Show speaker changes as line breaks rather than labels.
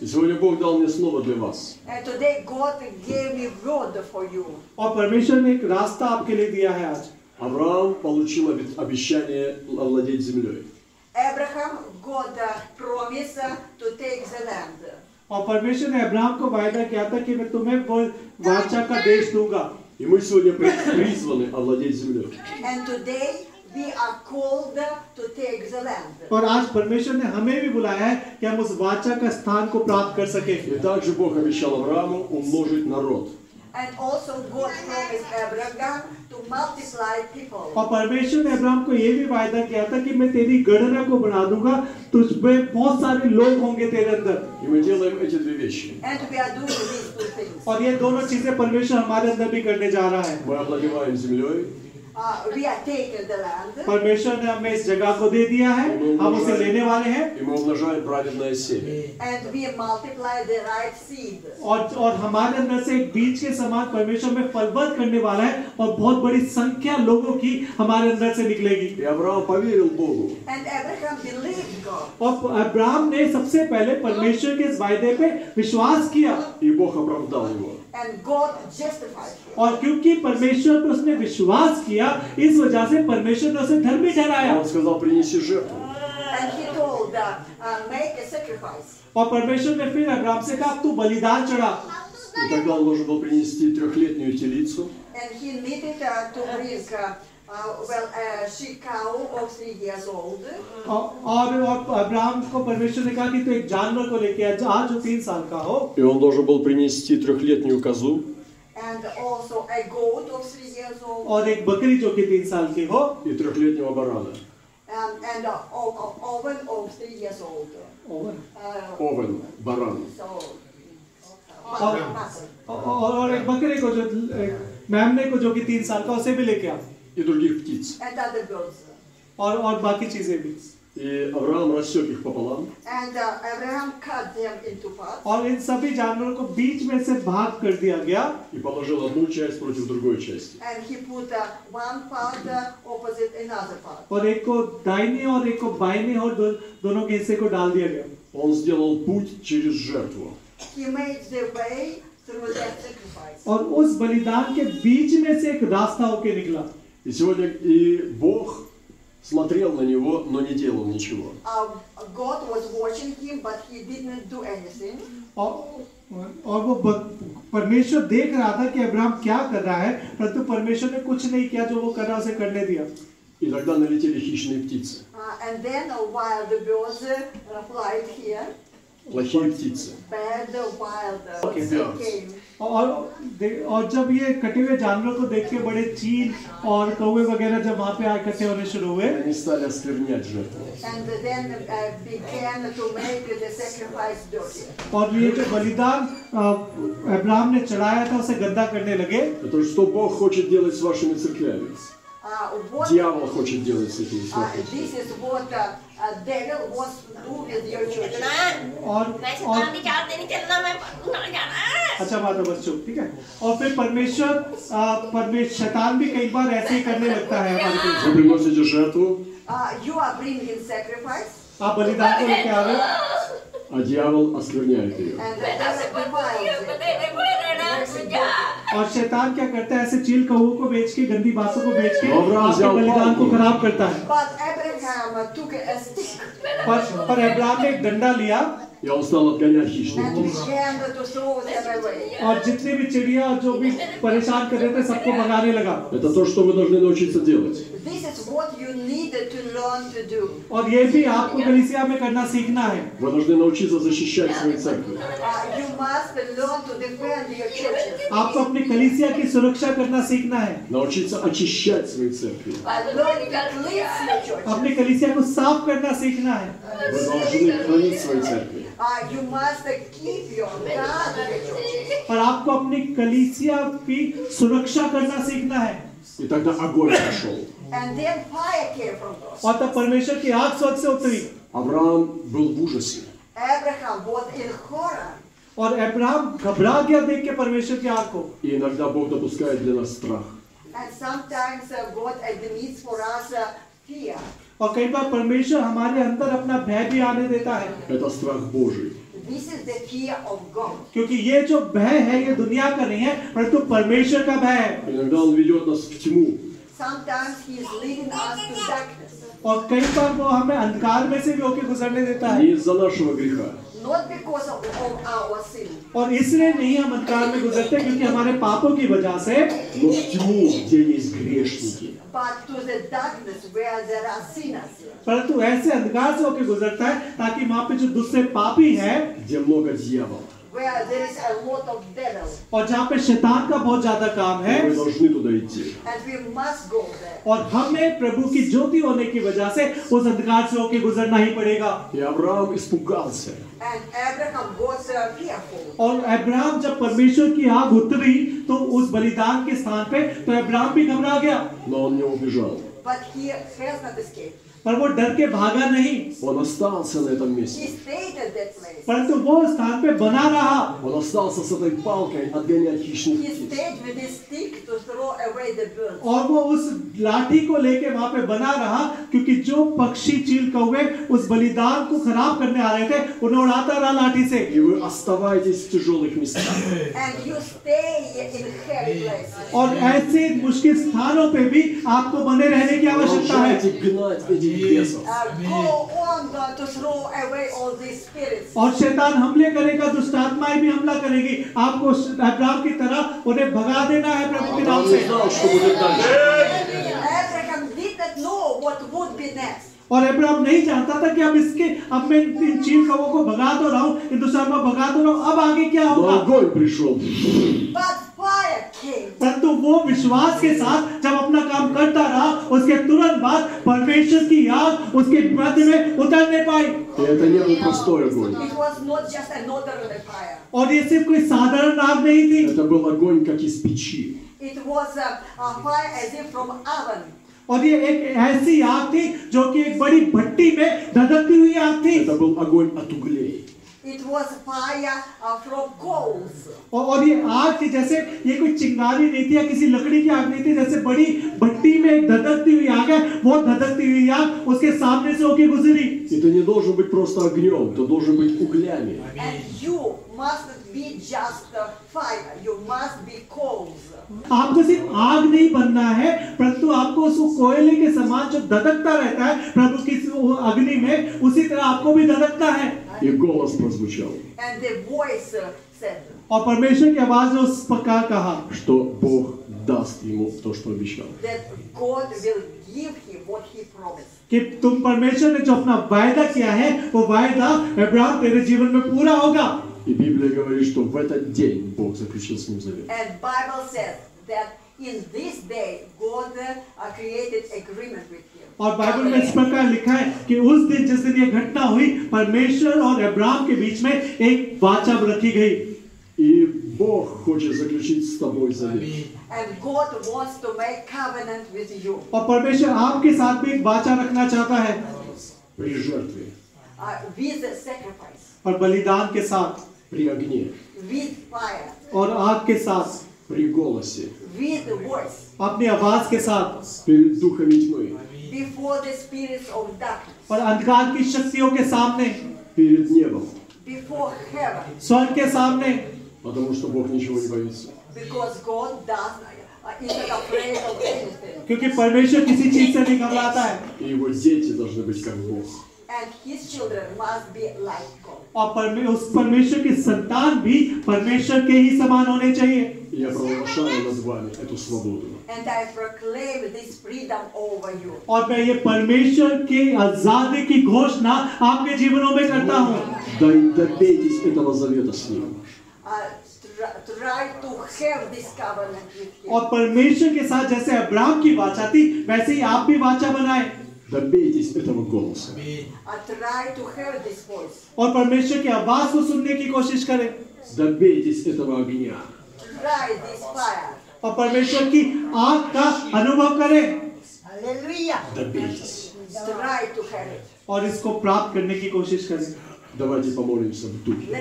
Сегодня Бог дал мне слово для вас.
And today God gave me road for you.
और परमेश्वर ने एक रास्ता आपके लिए दिया है आज
Авраам получил обе- обещание овладеть землей.
Abraham, God uh, promised uh, to take the land.
और परमेश्वर ने अब्राहम को वायदा किया था कि मैं तुम्हें वो वाचा का देश दूंगा
И мы сегодня при- призваны овладеть землей.
And today we are called to take the land.
और आज परमेश्वर ने हमें भी बुलाया है कि हम उस वाचा का स्थान को प्राप्त कर सके
И также Бог обещал Аврааму умножить народ.
And also God promised Abraham to multiply people.
और परमेश्वर ने अब्राहम को ये भी वायदा किया था कि मैं तेरी गणना को बढ़ा दूंगा तो उसमें बहुत सारे लोग होंगे तेरे अंदर
И мы делаем эти две вещи.
And we are doing these two things.
और ये दोनों चीजें परमेश्वर हमारे अंदर भी करने जा रहा है
Мы овладеваем землей,
Uh, we are taking the land
परमेश्वर ने हमें इस जगह को दे दिया है हम उसे लेने वाले हैं
и мы умножаем праведное семя.
and we multiply the right seed.
और और हमारे अंदर से एक बीज के समान परमेश्वर में फलवत करने वाला है और बहुत बड़ी संख्या लोगों की हमारे अंदर से निकलेगी
И Авраам поверил Богу.
And Abraham believed God.
और अब्राहम ने सबसे पहले परमेश्वर के इस वायदे पे विश्वास किया
И Бог оправдал его.
And God justified him.
और क्योंकि परमेश्वर पे उसने विश्वास किया इस वजह से परमेश्वर ने उसे धर्मी ठहराया
Он сказал, принеси жертву.
And he told, uh, uh, make a sacrifice.
और परमेश्वर ने फिर अब्राहम से कहा तू बलिदान चढ़ा
И тогда он должен был принести трехлетнюю телицу,
And he needed uh, to bring, uh, uh, well, a she cow of three years old,
और और और अब्राहम को परमेश्वर ने कहा कि तू एक जानवर को लेके आ जा जो तीन साल का हो
и он должен был принести трехлетнюю козу,
and also a goat of three years old,
और एक बकरी जो कि तीन साल की हो
и трехлетнего барана.
um, and a o- o- oven of three years old.
और
Uh,
Овен, баран.
so,
Oven.
muscle.
और और एक बकरे को जो एक मेमने को जो कि तीन साल का उसे भी लेके आ
и других птиц.
and other birds.
और और बाकी चीजें भी
И Авраам рассек их пополам,
And uh, Abraham cut them into parts
और इन सभी जानवरों को बीच में से भाग कर दिया गया
и положил одну часть против другой части.
and he put uh, one part uh, opposite another part.
और एक को दाहिने और एक को बाहिने और दो, दोनों के हिस्से को डाल दिया गया
Он сделал путь через жертву.
He made the way through that sacrifice.
और उस बलिदान के बीच में से एक रास्ता होके निकला
И сегодня и Бог смотрел на него, но не делал ничего.
Uh, God was watching him, but he didn't do anything.
और और वो ब- परमेश्वर देख रहा था कि अब्राहम क्या कर रहा है परंतु परमेश्वर ने कुछ नहीं किया जो वो कर रहा उसे करने दिया
И тогда налетели хищные птицы,
Uh, and then, uh, while the birds uh, flight here,
плохие птицы.
bad uh, wild uh,
Okay,
birds
birds.
came.
और दे- और जब ये कटे हुए जानवरों को देख के बड़े चील और कौवे वगैरह जब वहां पे आ इकट्ठे होने शुरू हुए
Они стали осквернять жертву.
And then uh, began to make the sacrifice dirty.
और ये जो बलिदान अ, अब्राहम ने चढ़ाया था उसे गंदा करने लगे
Это что Бог хочет делать с вашими церквями.
Uh, what,
Дьявол хочет делать с этими
uh,
церквями.
this is what uh, uh, devil wants to do with your church.
चलना
और
वैसे
और
काम भी चाहते नहीं चलना मैं ना जाना
अच्छा बात है बस चुप ठीक है और फिर परमेश्वर परमेश्वर शैतान भी कई बार ऐसे ही करने लगता है हमारे बीच।
Вы приносите жертву,
Uh, you are bringing sacrifice,
आप बलिदान को लेके आ रहे हो
а дьявол оскверняет ее.
and the
मैं तो
devil
सिर्फ बोलती हूँ
defiles it.
बताइए कोई रहना जा
और शैतान क्या करता है ऐसे चील कौओं को बेच के गंदी बातों को बेच के
और अब्राहम
आपके
जाओ,
बलिदान को
पाओ।
खराब करता है
But Abraham uh, took a stick
पर पर अब्राहम ने एक डंडा लिया
И он стал отгонять хищных
and
птиц.
began to throw them away.
और जितने भी चिड़िया और जो भी परेशान कर रहे थे सबको भगाने लगा
Это то, что мы должны научиться делать.
This is what you need to learn to do.
और ये भी आपको गलीसिया में करना सीखना है
Вы должны научиться защищать свои церкви.
Uh, you must learn to defend your churches.
आपको अपनी कलीसिया की सुरक्षा करना सीखना है
Научиться очищать свои церкви.
Uh, learn to cleanse your churches.
अपनी कलीसिया को साफ करना सीखना है
Вы должны хранить свои церкви.
Uh, you must keep your guard on your churches.
और आपको अपनी कलीसिया की सुरक्षा करना सीखना है
И тогда огонь пошел.
And then fire came from God.
और तब परमेश्वर की आग स्वर्ग से उतरी
Авраам был в ужасе.
Abraham was in horror.
और अब्राहम घबरा गया देख के परमेश्वर की आग को
И иногда Бог допускает для нас страх.
And sometimes uh, God admits for us uh, fear.
और कई बार परमेश्वर हमारे अंदर अपना भय भी आने देता है
Это страх Божий.
This is the fear of God.
क्योंकि ये जो भय है ये दुनिया का नहीं है परंतु परमेश्वर का भय है
Иногда он ведет нас в тьму.
Sometimes He is leading us to darkness,
और कई बार वो हमें अंधकार में से भी होके गुजरने देता है
Не из-за нашего греха.
not because of, of our sin,
और इसलिए नहीं हम अंधकार में गुजरते क्योंकि हमारे पापों की वजह से
Но в тьму, где есть грешники.
but to the darkness where there are sinners.
परंतु ऐसे अंधकार से होके गुजरता है ताकि वहां पे जो दूसरे पापी है
где много дьявола.
where there is a lot of devil,
और जहाँ पे शैतान का बहुत ज्यादा काम है
И Мы должны туда идти.
and we must go there.
और हमें प्रभु की ज्योति होने की वजह से उस अंधकार से होके गुजरना ही पड़ेगा
И Авраам испугался.
And Abraham was uh, fearful.
और अब्राहम जब परमेश्वर की आग उतरी तो उस बलिदान के स्थान पे तो अब्राहम भी घबरा गया
Но он не убежал.
But he has not escaped.
पर वो डर के भागा नहीं
Он остался на этом
He
месте.
stayed at that place.
परंतु वो स्थान पे बना रहा
Он остался с этой палкой отгонять хищных
He
птиц.
stayed with his stick to throw away the birds.
और वो उस लाठी को लेके वहां पे बना रहा क्योंकि जो पक्षी चील कौवे उस बलिदान को खराब करने आ रहे थे उन्हें उड़ाता रहा लाठी से
И вы оставайтесь в тяжелых местах.
And you stay in hairy places.
और ऐसे मुश्किल स्थानों पे भी आपको बने रहने की आवश्यकता
Продолжайте
है
гнать этих бесов.
Uh, go on uh, to throw away all these spirits.
और शैतान हमले करेगा दुष्ट आत्माएं भी हमला करेंगी आपको अब्राम की तरह उन्हें भगा देना है प्रभु के नाम
Авраам не
से
знал, что будет дальше.
Abraham did not know what would be next.
और अब्राम नहीं जानता था कि अब इसके अब मैं इन इन चील कवों को भगा तो रहा हूँ इन दुष्ट आत्मा भगा तो रहा हूँ अब आगे क्या
Но
होगा
огонь пришел.
But fire came.
परंतु वो विश्वास के साथ जब अपना काम करता रहा उसके तुरंत बाद परमेश्वर की आग उसके मध्य में उतरने पाई
И это не был простой огонь.
It was not just an ordinary fire.
और ये सिर्फ कोई साधारण आग नहीं थी
Это был огонь, как из печи.
It was a, a fire as if from oven.
और ये एक ऐसी आग थी जो कि एक बड़ी भट्टी में धधकती हुई आग थी
Это был огонь от углей.
It was fire uh, from coals.
और और ये आग थी जैसे ये कोई चिंगारी नहीं थी या किसी लकड़ी की आग नहीं थी जैसे बड़ी भट्टी में एक धधकती हुई आग है वो धधकती हुई आग उसके सामने से होके गुजरी
И ты не должен быть просто огнем, ты должен быть углями.
And you mustn't be just uh, fire. You must be coals.
आपको सिर्फ आग नहीं बनना है परंतु आपको उस कोयले के समान जो धधकता रहता है प्रभु की उस अग्नि में उसी तरह आपको भी धधकना है
И голос прозвучал,
And the voice uh, said,
और परमेश्वर की आवाज ने उस प्रकार कहा
что Бог даст ему то, что обещал.
that God will give him what he promised.
कि तुम परमेश्वर ने जो अपना वायदा किया है वो वायदा अब्राहम तेरे जीवन में पूरा होगा
И Библия говорит, что в этот день Бог заключил с ним завет.
And Bible says that in this day God uh, created agreement with him.
और बाइबल में इस प्रकार लिखा है कि उस दिन जिस दिन यह घटना हुई परमेश्वर और अब्राहम के बीच में एक वाचा रखी गई
И Бог хочет заключить с тобой завет.
And God wants to make covenant with you
और परमेश्वर आपके साथ भी एक वाचा रखना चाहता है
При жертве,
uh, with a sacrifice,
और बलिदान के साथ
при огне,
with fire,
और आग के साथ
при голосе,
with voice,
अपनी आवाज के साथ
перед духами тьмы,
before the spirits of darkness,
और अंधकार की शक्तियों के सामने
перед небом.
before heaven,
स्वर्ग के सामने
Потому что Бог ничего не боится.
because God does uh, is not afraid of anything,
क्योंकि परमेश्वर किसी चीज से नहीं घबराता है
И его дети должны быть как Бог.
and His children must be like God.
और परमे, उस परमेश्वर की संतान भी परमेश्वर के ही समान होने चाहिए
И я провозглашаю над вами эту свободу.
And I proclaim this freedom over you.
और मैं ये परमेश्वर के आजादी की घोषणा आपके जीवनों में करता हूँ
Дай- Добейтесь этого завета с ним.
Uh, tr- try to have this covenant with Him.
और परमेश्वर के साथ जैसे अब्राहम की वाचा थी वैसे ही आप भी वाचा बनाए
Добейтесь этого голоса.
Uh, try to have this voice.
और परमेश्वर की आवाज को सुनने की कोशिश करें
Добейтесь этого огня.
Try this fire.
और परमेश्वर की आग का अनुभव करें
Hallelujah.
Добейтесь.
Try to have it.
और इसको प्राप्त करने की कोशिश करें
Давайте помолимся в духе.